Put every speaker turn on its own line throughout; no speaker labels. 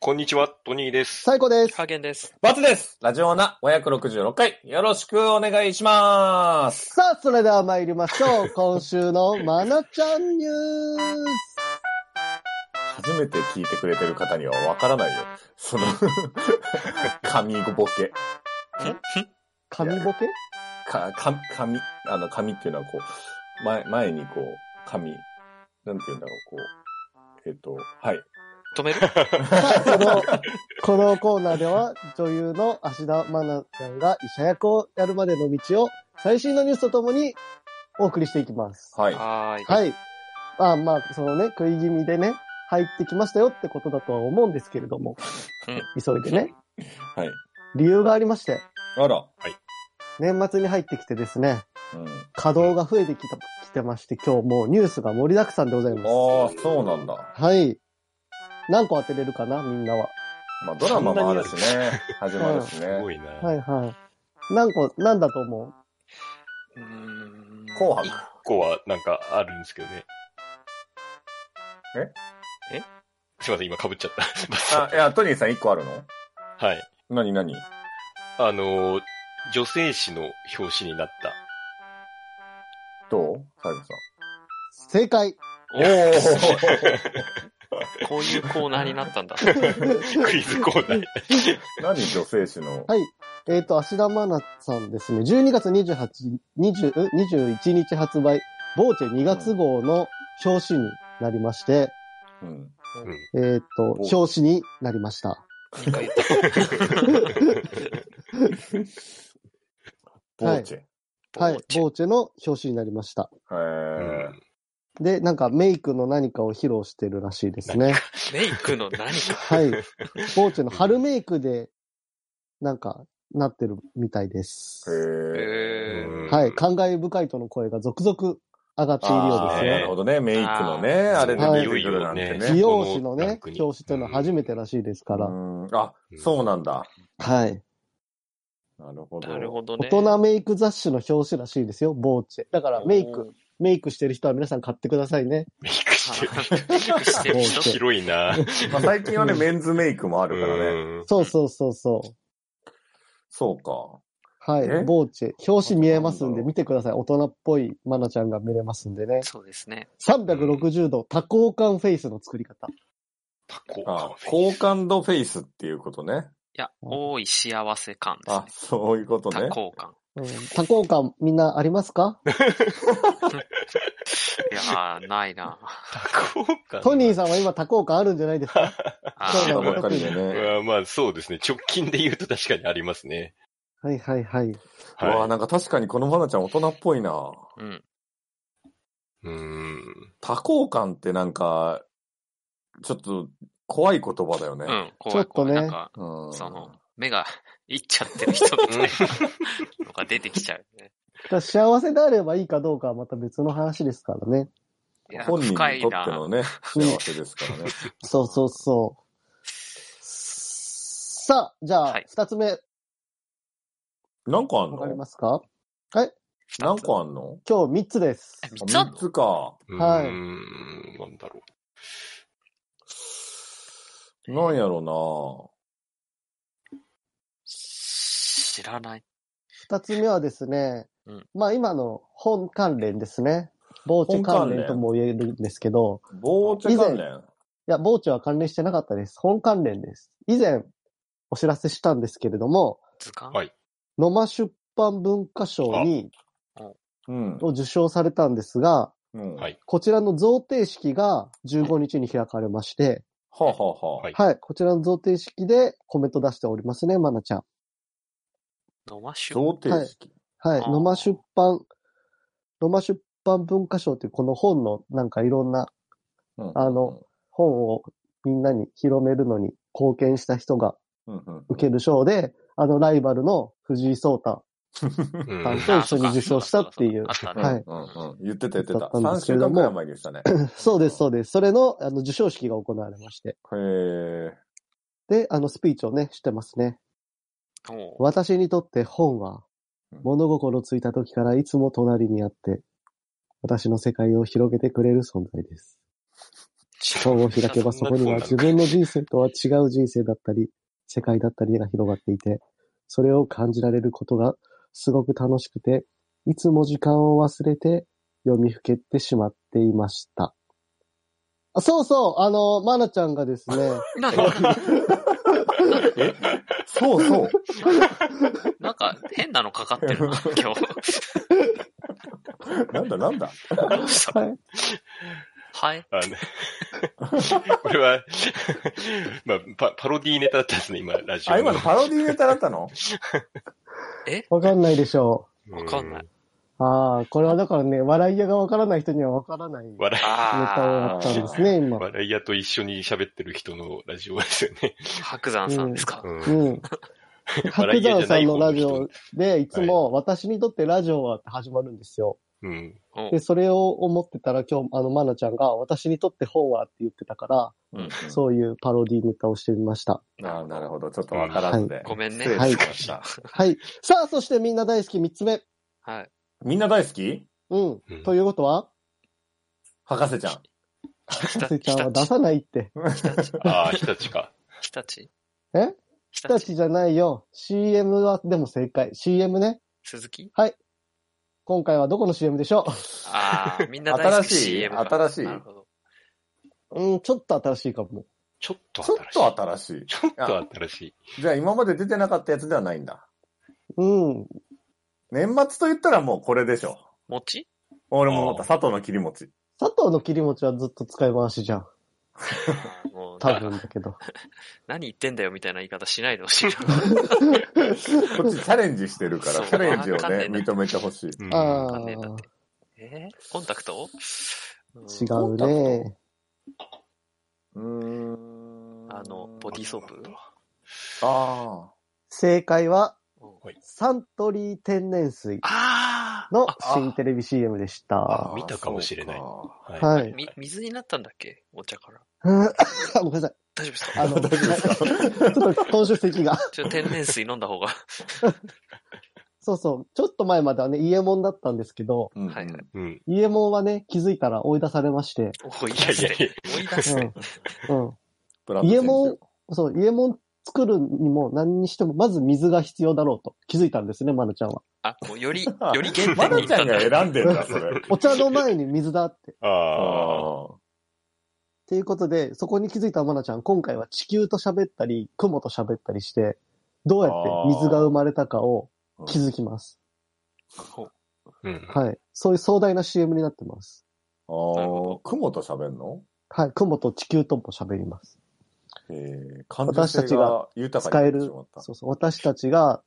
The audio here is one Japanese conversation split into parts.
こんにちは、トニーです。
最高です。
加減です。
バツですラジオナ566回、よろしくお願いします
さあ、それでは参りましょう。 今週のまなちゃんニュース。
初めて聞いてくれてる方にはわからないよ。その、 神ボケ。
神ボケ
か、か、神、あの、神っていうのはこう、前、前にこう、神、なんて言うんだろう、こう、えっと、はい。
止める
さあこの、 このコーナーでは、女優の芦田愛菜ちゃんが医者役をやるまでの道を、最新のニュースとともにお送りしていきます。
はい。
はーい。
はい。まあまあ、そのね、食い気味でね、入ってきましたよってことだとは思うんですけれども、急いでね。
はい。
理由がありまして、
あら。
年末に入ってきてですね、
うん。
稼働が増えてきた、きてまして、今日もうニュースが盛りだくさんでございます。
ああ、そうなんだ。
はい。何個当てれるかな、みんなは。
まあ、ドラマもあるしね。始まるし
す
ね。
ごいな。
はいはい。何個、何だと思う
うーん
紅白。
1個はなんかあるんですけどね。
ええ
すいません、今被っちゃった。
あ、いや、トニーさん1個あるの
はい。
何何
あのー女性誌の表紙になった。
どうサイブさん。
正解。
おー
こういうコーナーになった んだ。
クイズコーナー。
何女性誌の。
はいえっ、と、芦田愛菜さんですね、12月28、20、ん21日発売、ボーチェ2月号の表紙になりまして、
うん。
えっ、と、表紙になりました。
二回言った。
ボーチェ。
はい
ボー。チェ
ボーチェの表紙になりました。
へー
うん
で、なんかメイクの何かを披露してるらしいですね。
メイクの何か。
はい。ボーチェの春メイクで、なんか、なってるみたいです。
へー
えー
うん
はい。感慨深いとの声が続々上がっているよう
あ
で
ー
す
な
ね
る。ほどね。メイクのね、
あー
あれで
は
出
い
てくるなんて
ー
美
ね。
容師の
このラ
ね
ン、クに
表紙というのは初めてらしいです
う
から。
んあ、そうなんだ。
はい。
なるほど。
なるほど
大
ね。
人メイク雑誌の表紙らしいですよ、ボーチェ。だからメイク、メイクしてる人は皆さん買ってくださいね。
メイクして る。
メイクしてる人。
広いな。
まあ、最近はね、メンズメイクもあるからね。
うん
そうそうそうそ
そうか。
う。は
え
い。ボーチェ。表紙見えますん
なんだ
で
ろう
見てください。大人っぽいマナちゃんが見れますんでね。
そうですね。
360度多幸感フェイスの作り方。
タコ
あ好感度フェイスっていうことね。
いや、多い幸せ感です
あ
ね、。
そういうことね
多。幸感。
うん多幸感みんなありますか
いやー、ないな。
タコ感
トニーさんは今多幸感あるんじゃないですか
あ
そう
そ
なの
う
ー
ばっかりでね。
うんまあそうですね。直近で言うと確かにありますね。
はいはいはい。
うわあ
は
なんか確かにこのまなちゃん大人っぽいな。
うん。
い。 うん。
多幸感ってなんか、ちょっと怖い言葉だよね
う。ん、
ちょ
怖
っ
い
と
怖
ね
い。なんか、
うん。
その、目がいっちゃってる人みたいなのが出てきちゃうね。
だから幸せであればいいかどうかはまた別の話ですからね。
いや
本人にと
深
っ
い
て
な。
のね、幸せですから ね。
そうそうそう。さあ、じゃあ
はい、
二つ目、わ
何個あん
かり
の
ますか、
何個あんの
今日三つです。
三つあんの
三つか。
はい
うん。なんだろ
なんやろ
知らない。
二つ目はですね、
うん
まあ今の本関連ですね。傍聴関連とも言えるんですけど、
うな。防チェ関連。
いや、傍聴は関連してなかったです。本関連です。以前、お知らせしたんですけれども、
図鑑
はい
野間出版文化賞に、
うん。
を受賞されたんですが、
うん。
はい
こちらの贈呈式が15日に開かれまして、
はあはあはあ
はい
はい、こちらの贈呈式でコメント出しておりますね、まなちゃん。
野間修
贈呈式。
はい、
あー
野間出版、野間出版文化賞というこの本のなんかいろんな
うん
あの、本をみんなに広めるのに貢献した人が
うんうん
受ける賞で、あのライバルの藤井聡太
う。う
さん
ん
と一緒に受賞したっていう
あ。そう
う
か
ん
そうか
はい
うん
あったね。
うん。言ってた言って
だ
た
っ。たんで
3
すけ
週
れど
間
も
くらい前に言ってたね。
そうです、そうです。それのあの授賞式が行われまして。
へえ。
で、あのスピーチをね、してますね。
おう
私にとって本は、物心ついた時からいつも隣にあって、私の世界を広げてくれる存在です。本を開けばそこには自分の人生とは違う人生だったり、世界だったりが広がっていて、それを感じられることがすごく楽しくて、いつも時間を忘れて読みふけてしまっていました。あそうそう、あの、まなちゃん がですね、
なんか、
そうそう。
なんか変なのかかってるな、今日。
なんだなんだ。
どうした
はい
はい。
あの これは、 まあパ、パロディーネタだったんですね、今、ラジオ
あ、今のパロディネタだったの
わかんないでしょ
わかんな
う
い。
う。ああ、これはだからね、笑い屋がわからない人にはわからないネ
笑
タをや
あ
ったんで
あ、
すね、今
い、。笑い屋と一緒に喋ってる人のラジオですよね。
白山さんですか。
うん
う
笑
ん。白
い屋じ
山
ゃな
さん
い
の
方の
ラ
人
ジオで、いつも、私にとってラジオはって始まるんですよ。
うん。
お
で、それを思ってたら今日、あの、まなちゃんが、私にとって本はって言ってたから、
うん。
そういうパロディネタをしてみました。
ああ、なるほど。ちょっとわからずで。
ごめんね
失礼しました。
はい。さあ、そしてみんな大好き3つ目。
はい。
みんな大好き
うん。
うん
ということは、
博士ちゃ ん。
ひた
せ
ち、
ちゃ
ひ
ん
た
は出
ち、
さないって。
ああ、日立か。
ひたち。
え
ひ
日
たち、
立じゃないよ。CM は、でも正解。CM ね。
鈴木
今回はどこの CM でしょ
ああ、みんな大好き
新しい
CM か
新しい
なるほど。
ううん、ちょっと新しいかも。
ちょっと
ちょ
新
っ
しい。
と新しい。
ちょっと新しい。
じゃあ今まで出てなかったやつではないんだ。
うん。
年末と言ったらもうこれでしょ。
餅
俺も思った。佐藤の切り 餅。
佐藤の切り餅はずっと使い回しじゃん。
あーもう
多
な
分だけど。
何言ってんだよみたいな言い方しないでほしいな。
こっちチャレンジしてるから、
そう
チャレンジを
わかんね
ね
え、な
認めてほしい。
うん
あ
わか
あ
んねえんだっ
ー、
て えーコンタクトうん
違うね。
うーん。
あの、ボディーソープ
あ
正解は、
うん
サントリー天然水
あ
の新テレビ CM でし
あ。
た。
見たかもしれない
そうか
はい
は
あ
い。
み、水になったんだっけお茶から。
うん あごめんなさい。
大丈夫です
あ
か
の、ちょっと今週席が。
ちょっと天然水飲んだ方が。
そうそう。ちょっと前まではね、家門だったんですけど、
うん
はいはい
うん。
家門はね、気づいたら追い出されま して、
追い出
いやい
し
やい
て。
や。
追い出して。
うん。
ブラッド
家
選手
門、そう、家門作るにも何にしても、まず水が必要だろうと気づいたんですね、まるちゃんは。
あ、もうよ り、より原
まな
点に行っ
ちゃ
た
ん
んだ
が。選んでんだ、 それ。
お茶の前に水だって。っ
ああ。
あ
ていうことで、そこに気づいたまなちゃん、今回は地球と喋ったり、雲と喋ったりして、どうやって水が生まれたかを
あ。
気づきます。
うん。
はい。そういう壮大な CM になってます。
あー雲と喋んの
はい。雲と地球とも喋ります。
えー、感情性が豊か
使え
になって
る
しまっ、た。
そうそう。私たちが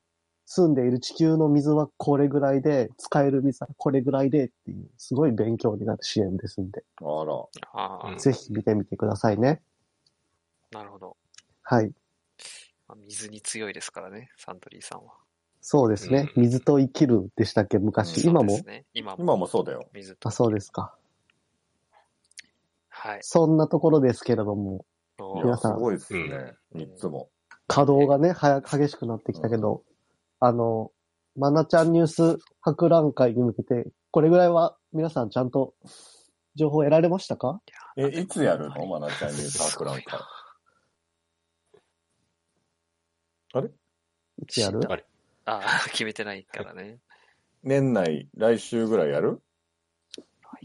住んでいる地球の水はこれぐらいで、使える水はこれぐらいでっていう、すごい勉強になる CM ですんで。
あら。
ああ、
うん
ぜひ見てみてくださいね。
なるほど。
はい。
まあ水に強いですからね、サントリーさんは。
そうですね。
うん
水と生きるでしたっけ昔。今
そう
も
ですね。今も。
今もそうだよ。
水と。
あ、そうですか。
はい。
そんなところですけれども、
お
い
皆
や、
ー
さ
す
ん
ごいですね。
うん
三つも。
稼働がね、はや激しくなってきたけど、あの、まなちゃんニュース博覧会に向けて、これぐらいは皆さんちゃんと情報得られましたか
え、いつやるのまなちゃんに
す
博
ご
覧
い
会。
な。
いつやる
知った
ああ、決めてないからね。
年内、来週ぐらいやる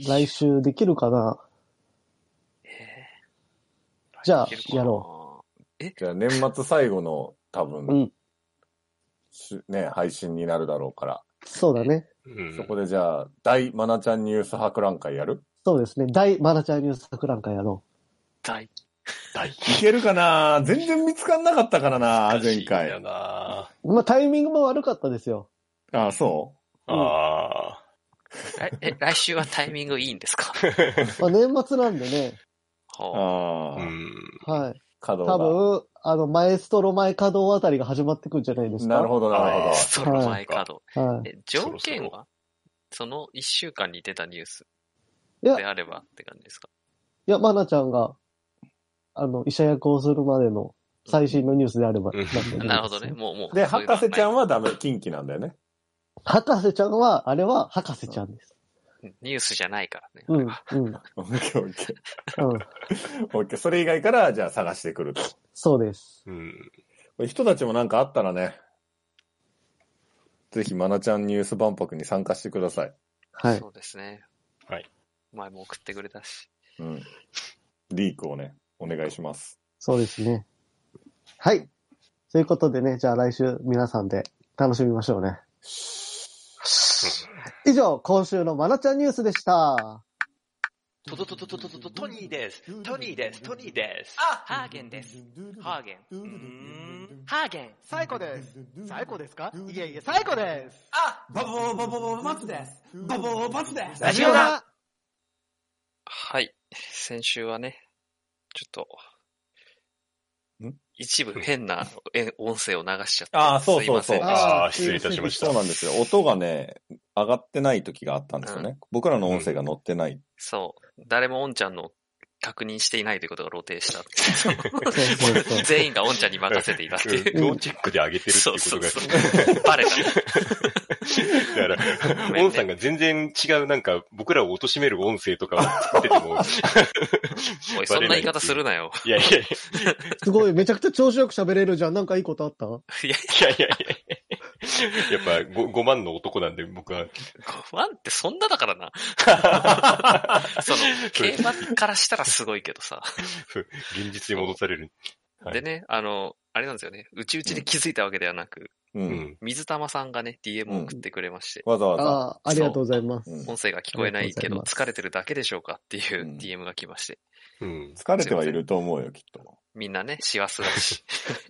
来週できるかなじゃあや
ろ
じゃあ年末最後の多
う
分、
ん。
しね、配信になるだろうから。
そうだね。
うん
そこでじゃあ、大まなちゃんニュース博覧会やる
そうですね。大まなちゃんニュース博覧会やろ
う。大
大
いけるかな全然見つかんなかったからな前
いや
回。
な
う。まあ、タイミングも悪かったですよ。
ああ、そ
ああ
来え、来週はタイミングいいんですか
まあ、年末なんでね。
う
はあ
あ
ー。う
あ、
ん。
はい。
稼
多
働が。
分、あの、マエストロ前稼働あたりが始まってくるんじゃないですか。
なるほど、なるほど。
その前カード。
ど。はい。
え、条件はその1週間に出たニュースであればって感じですか
いや、まなちゃんが、あの、医者役をするまでの最新のニュースであれば、
うん
んと思います
なるほどね。。もう、もう。
で、博士ちゃん
は
はダメ、近畿なんだよね。
博士ちゃんは、あれは博士ちゃんです。
ニュースじゃないからね。
うん、うん、うん。
オッケーオッケー。オッケー。それ以外から、じゃあ探してくると。
そうです。
うん。
これ人たちもなんかあったらね、ぜひ、まなちゃんニュース万博に参加してください。
はい。
そうですね。
はい。
前も送ってくれたし。
うん。リークをね、お願いします。
そうですね。はい。ということでね、じゃあ来週皆さんで楽しみましょうね。以上、今週のまなちゃんニュースでした。
トトトトトトトトトニーです。トニーです。トニーです。
あ、ハーゲンです。ハーゲン。
ん
ハーゲン。
最高です。最高ですかいえいえ、最高です。
あ、バボーバボーババツです。バボーバツです。
ラジオだ
はい。先週はね、ちょっと
ん、
一部変なえ音声を流しちゃって。
あーそうそうそう
すいません
ああ、失礼いたしました
そう。なんですよ。音がね、上がってない時があったんですよね。僕らの音声が乗ってない。
そう。誰もオンちゃんの確認していないということが露呈したっていう
そうそうそう。
全員がオンちゃんに任せていたっていう。
うんノーチェックで上げてるってい
そうう
こ
そ
と
う
が、
そう。バレたね。
だから、
ごめんね
オンさんが全然違う、なんか、僕らを貶める音声とかを作ってても、
おい、そんな言い方するなよ。
いやいやい
すごい、めちゃくちゃ調子よく喋れるじゃん。なんかいいことあった
いや、
やいやいやいや。やっぱ5、5万の男なんで、僕は。
5万ってそんなだからな。その、競馬からしたらすごいけどさ。
現実に戻される。はい
でね、あの、あれなんですよね。うちうちで気づいたわけではなく、
うん。
うん。
水玉さんがね、DM を送ってくれまして、
わざわざ。
ああ、ありがとうございます。
うん
音声が聞こえない
あり
けど、
がとうございます
疲れてるだけでしょうかっていううん DM が来まして、
うん。
疲れてはいると思うよ、きっと。
みんなね、師走だし、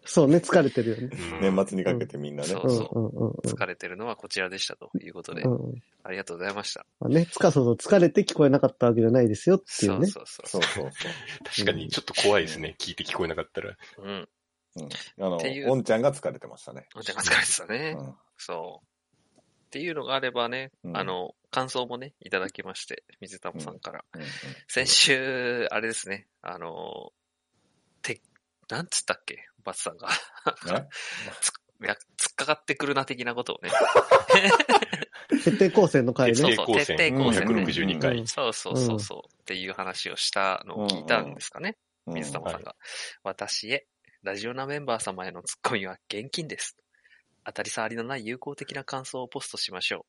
そうね、疲れてるよね。
年末にかけてみんなね。
そううんそう
うんうんうん
疲れてるのはこちらでしたということで、
うんうん
ありがとうございました。
まあね、つかさと疲れて聞こえなかったわけじゃないですよってい
そうう
ね。
そうそ
そうそうそう。
確かに、ちょっと怖いですね。聞いて聞こえなかったら。
う。うん。
あの
ってい、う
おんちゃんが疲れてましたね。
お手間疲れてたね。
うん
そう。っていうのがあればね、
うん
あの、感想もね、いただきまして、水玉さんから。
うんうん
先週、あれですね、あの、て、なんつったっけバツさんが。
ね
いや、突っかかってくるな的なことをね。
徹底抗戦の回
そう
ね。
そう、
徹
徹
底
底
抗
抗
戦
戦ね。
162回。
うん
そうそうそうそう、っていう話をしたのを聞いたんですか
う
ね、
ん
水玉さんが。私へ、ラジオなメンバー様へのツッコミは現金です。当たり障りのない友好的な感想をポストしましょう。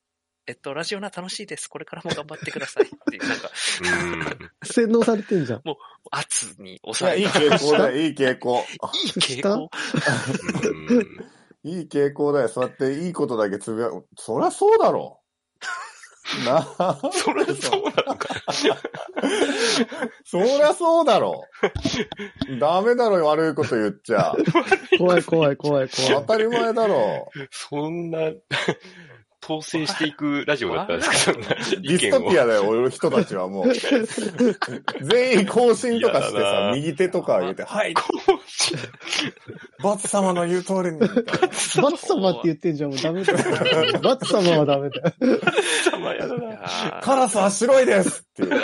えっと、ラジオな楽しいです。これからも頑張ってください。っていう、なんか、
洗脳されてんじゃん。
圧
い
に
や、
抑
い
え
い
た
傾向だよ、いい傾向。
いい傾向
うんうん
いい傾向だよ。そうやっていいことだけつぶやく。そりゃそう だろう。なあ。
そりゃそうなのか。
そりゃそうだろう。ダメだろよ、悪いこと言っちゃ。
怖い怖い怖い怖
当
い。
たり前だろう。
そんな、統制していくラジオだったんですか、そんな
デ
意
ィス
見
ト
を
ピ。アだよ、俺の人たちはもう。全員更新とかして
いやだ
さ
な、
右手とか上げて、はい、バツ様の言う通りに。みたいな
バツ様って言ってんじゃん、もうダメ だよ。バツ様はダメだよ。
様やだ
い
な。
やー
カラスは白いですっていう。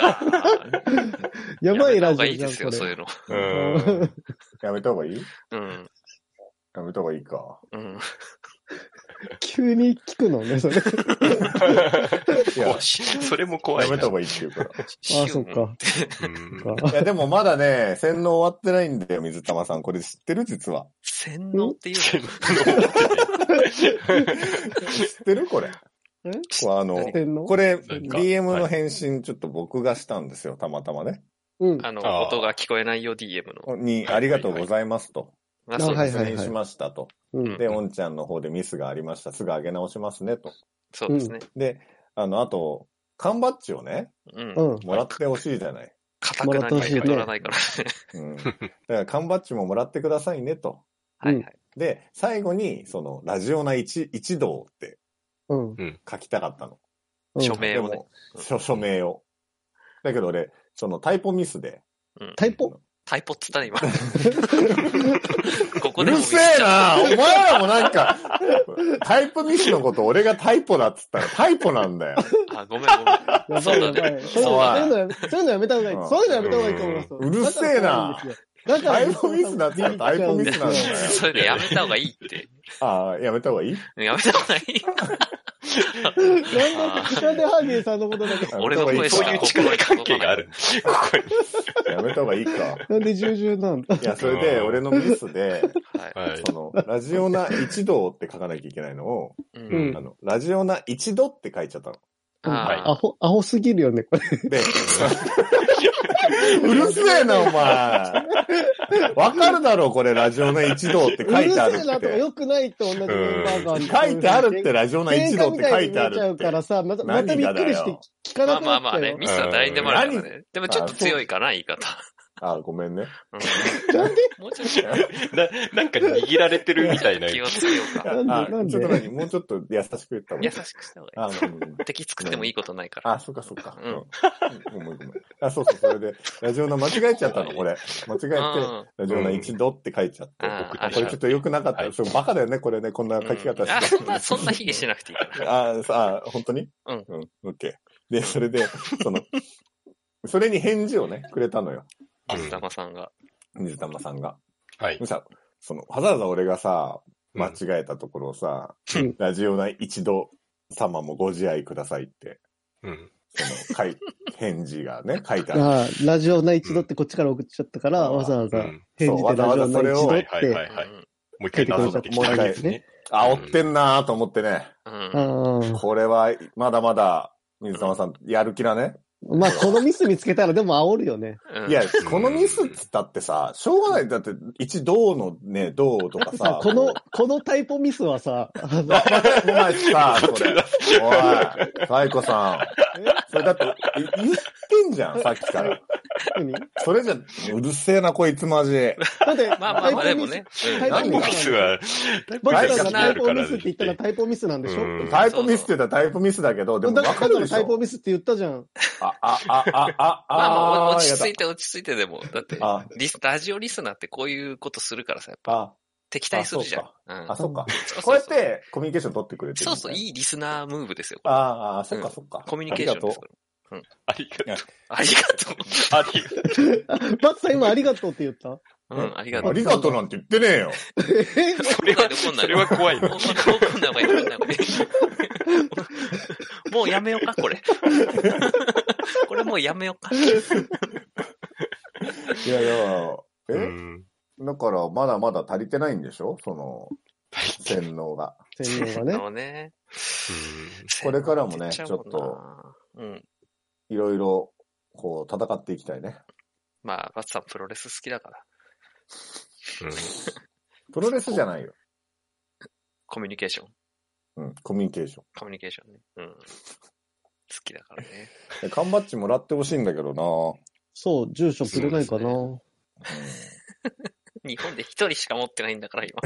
やばいラジ
やめた方がい
オ
い
じゃ
で
ん、
す
こ
よ、そう
れ。
いうの。
うん。
やめた方がいい
うん。
やめた方がいいか。
うん。
急に聞くのね、それ。
いや、
それも怖
や
い
め
な。
た方がいいっていうから。
あ、そっか。
うん
そっ
い
か
や、でもまだね、洗脳終わってないんだよ、水玉さん。これ知ってる実は。
洗脳っていうの
知ってるこれ。
え
これあの、
してんの
これ、
なんか
DM の返信、ちょっと僕がしたんですよ、たまたまね。
うん。
あの、
あー
音が聞こえないよ DM の。
に、
はい
ありがとうございますと。
あ
あ
そう
は
で
い
す。
確認しましたと。
うん
で、
うん
おんちゃんの方でミスがありました。すぐ上げ直しますねと。
そうですね。
で、あの、あと、缶バッジをね、
うん
う。ん。
もらってほしいじゃない。
硬くなり受け取らないからね。
うん。だから缶バッジももらってくださいねと。
らね
はい
うん
はい。
で、最後に、その、ラジオな一、一同って
うん。
書きたかったの。
うん
署名
で
をね
も、。署署名を。だけど俺、そのタイプミスで。
うん
タイポ
タイポっつったね、今。ここ
う
で
る
もミス
せ
っ
え
ちゃ
な
っ
お前らもなんか、タイプミスのこと俺がタイプだっつったらタイプなん だよ。
た。あ、ごめんごめん。
やばい
そう
や
だね
ばい。そういうの
おい
そういうのやめそういうのやめた方がいい。
うん
そういうのやめた方がいいと思います。
うるせえな
だから
タ
怖いん
イ
ですよ。だから
プミスだったらタイプミスなんだよ。
それでやめた方がいいって。
ああ、やめた方がいい
やめた方がいい。
なんだって、北出ハーゲンさんのことだけ。
俺の声し
そう
か
いう
ここ
力関係がある。ここに。
やめた方がいいか。
なんで従順なんだ。
いや、それで、俺のミスで、
はい。
はい。
その、ラジオナ一同って書かなきゃいけないのを、
う。
うん
ん
あの、ラジオナ一度って書いちゃったの。
あー
アホ、アホすぎるよね、これ。
で、うるせえな、お前。わかるだろ、これ、ラジオナ一同って
う
書
る
いてあ
せ
る
えな
っ
とか
て。
よくないと同じメンバーが。
書いてあるって、ラジオナ一同って書いて
喧
あ
嘩みたいに見えちゃ
るっ
うから
て。
さ、また、ま
何
た
が
び
だ
っ
よ
くりして聞か
ま
な
あ
く
ま
な
あ
った
まあね、
よ。
ミスは誰にでもあるからね。でもちょっと強いかな、言い方。
あ、ごめんね。
うんもうちょっ
な、なんか握られてるみたいな
と。 気をつけよう
あ
か。
なんでなんで
ちょっと何もうちょっと優しく言ったもん
優しくした方が
あ
いい。
うん
敵作ってもいいことないから。
あ、そっかそっか。
う
うんん。ごめんごめん。あ、そうそう、それで、ラジオナ間違えちゃったの、これ。間違えて、
うん
ラジオナ一度って書いちゃって。
うん
あこれちょっと良くなかっ
は
た。
い
そう、バカだよね、これね、こんな書き方
うんあ、
して
そん。な、そんな卑下しなくていいから。
あ、さあ、本当に
うん。
うん、オッケー。で、それで、その、それに返事をね、くれたの
う
よ、
ん
水玉さんが。
水玉さんが。
はい。
さ、その、わざわざ俺がさ、
うん
間違えたところをさ、
うん
ラジオ内一度様もご自愛くださいって、
うん。
その、かい、返事がね、書いてある。
ああラジオ内一度ってこっちから送っちゃったから、
うん
わざわ
う
ざ
ん。
返事でラジオ内一度
は
っ
いはいは
て。
いはい。
う
もう一回なぞってきたんですね。
煽ってんなーと思ってね、
ん。うん
ああ
これは、まだまだ、水玉さん、やる気だね。
まあ、このミス見つけたらでも煽るよ ね。
うん
いや、このミスっつったってさ、しょうがない。だって、一同のね、同とか
さ
さ、、
この、このタイプミスはさ、あ の
お前さ、それ。おい、サイコさん
え。
それだって、い言ってんじゃん、さっきから。
何だ
それじゃ、うるせえな、こいつマジ。
って、
まあまあまあ、
タ
で
イプ
も
ミス
ね。
タイ
何
プ
が
ミ
ミス
ス
なんだよ。
は、
僕
バイ
らが
トが
タ
な
イプミスって言ったらタイプミスなんでしょ
うん
タイプミスって言ったらタイプミスだけど、でも
だか
わ
ら
か
だか
る
ら
でし
タイプ
ょ。
ミスって言ったじゃん。
あ、あ、あ、あ、あ、
まあまあ、
あ、
落ち着
や
いて落ち着いてでも。だって
だ、あ、
リス、ラジオリスナーってこういうことするからさ、やっぱ
あ、
敵対するじゃん。うん
あ、そっか。
そう
こうやっ
そう
てコミュニケーション取ってくれてる。
そうそう、いいリスナームーブですよ。
ああ、あ、そっかそっか。
コミュニケーションです
あ
から。
ありがとう。
ありがと
ありがとう。
バツさん今ありがとうって言った
う。うん、ありが
りがとう。あ
とう。
りがとうなんて言ってねえよ。
それは、それは怖いな。
怒んない方がいい、怒んない方がいい。 もうやめようか、これ。これもうやめようか。
いやいや、
う
え
ん。
だから、まだまだ足りてないんでしょその、洗脳が。
専用がね。
そうね。
これからもね
洗脳て言ゃうもんな。うん。
いろいろ、こう、戦っていきたいね。
まあ、バツさんプロレス好きだから。
うん
プロレスじゃないよ。
コミュニケーション。
うん、コミュニケーショ
コミュニケーションね。うん。好きだからね。
ン。え缶バッジもらってほしいんだけどな
そう、住所くれないかな。
日本で一人しか持ってないんだから、今。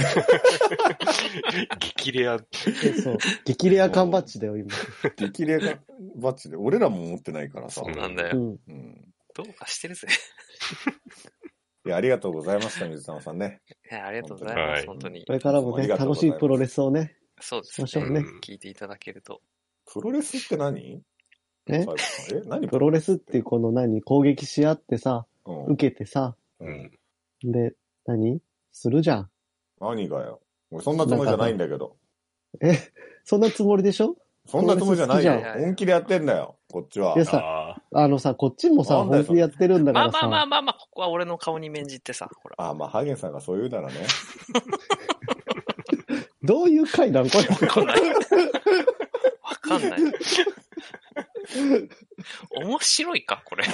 激レア。
そうそう。激レア缶バッジだよ、今。
うん。激レアバッジで、俺らも持ってないからさ。
そう
なんだ
う
よ。
ん。
うん。
どうかしてるぜ。
いや、ありがとうございました、水玉さんね。
いやありがとうございま
は
す、
い
本当に
こ。れからも
あ
ね、
りがとう
楽
ござ
し
い
い
ます
プロレスをね。
そうで
まし
す
ょ
ね
うね。
聞いていただけると。
プロレスって何
え
サイコさんえ何
プロレスっていうこの何攻撃し合ってさ、
うん
受けてさ、
うん。
で、何するじゃん。
何がよ。俺そんなつもりじゃないんだけど。
え、そんなつもりでしょ
そんなつもりじゃない
プロ
よ
レス好きじゃ。ん
本気でやってんだよ、こっちは。
いや
あ
あのさ、こっちもさ、
なんだよ
本気でやってるんだか
まあ
ら
まあまあ
さ、
まあまあ、ここは俺の顔に免じてさ、ほら。
ああ、まあ、ハーゲンさんがそう言うならね。
どういう回なんこれ。
わかんない。わかんない。面白いか、これ。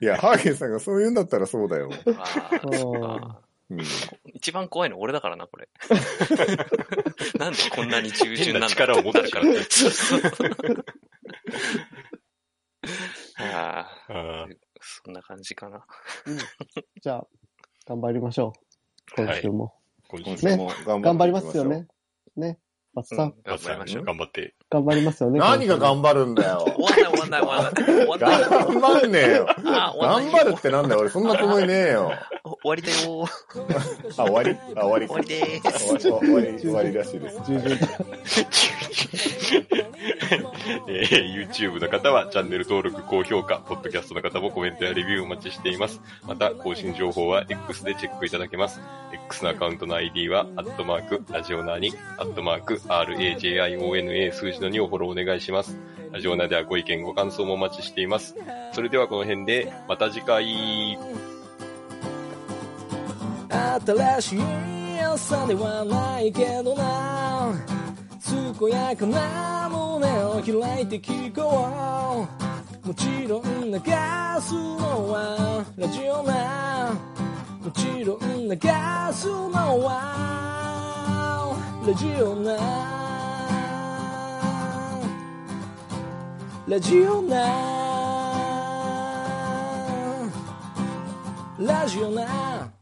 いや、ハーゲンさんがそう言うんだったらそうだよ。
あーそっか
うん。
一番怖いの俺だからな、これ。 なんでこんなに従順
変な
なんだ
力を持ってる からね
そうそう ああ、
ーあ
そんな感じかな。
じゃあ、頑張りましょう。今週も。
ー。
今週も頑張っていきしょう
頑張りますよね。。ね。バツさん、
うん頑張りましょう。
頑張って。
頑張りますよね。
何が
張
頑張るんだよ。
終わんない、終わんない、終わんない。終わんない。
頑張んねえよ。
あー終わん
頑
ない
張るってなんだよ。俺そんなつもりねえよ。
お終わりだよー。
あ、終わりあ、終わり
終わりでーす
終わり終わり終わりらしいです。
従順。
Thank you.
えー YouTube の方はチャンネル登録、高評価、ポッドキャストの方もコメントやレビューお待ちしています。また、更新情報は X でチェックいただけます。X のアカウントの ID は、アットマーク、ラジオナーに、アットマーク、RAJIONA 数字の2をフォローお願いします。ラジオナーではご意見、ご感想もお待ちしています。それではこの辺で、また次回。
新しい朝ではないけどな健やかな胸を開いて聞こうもちろん流すのはラジオなもちろん流すのはラジオなラジオなラジオな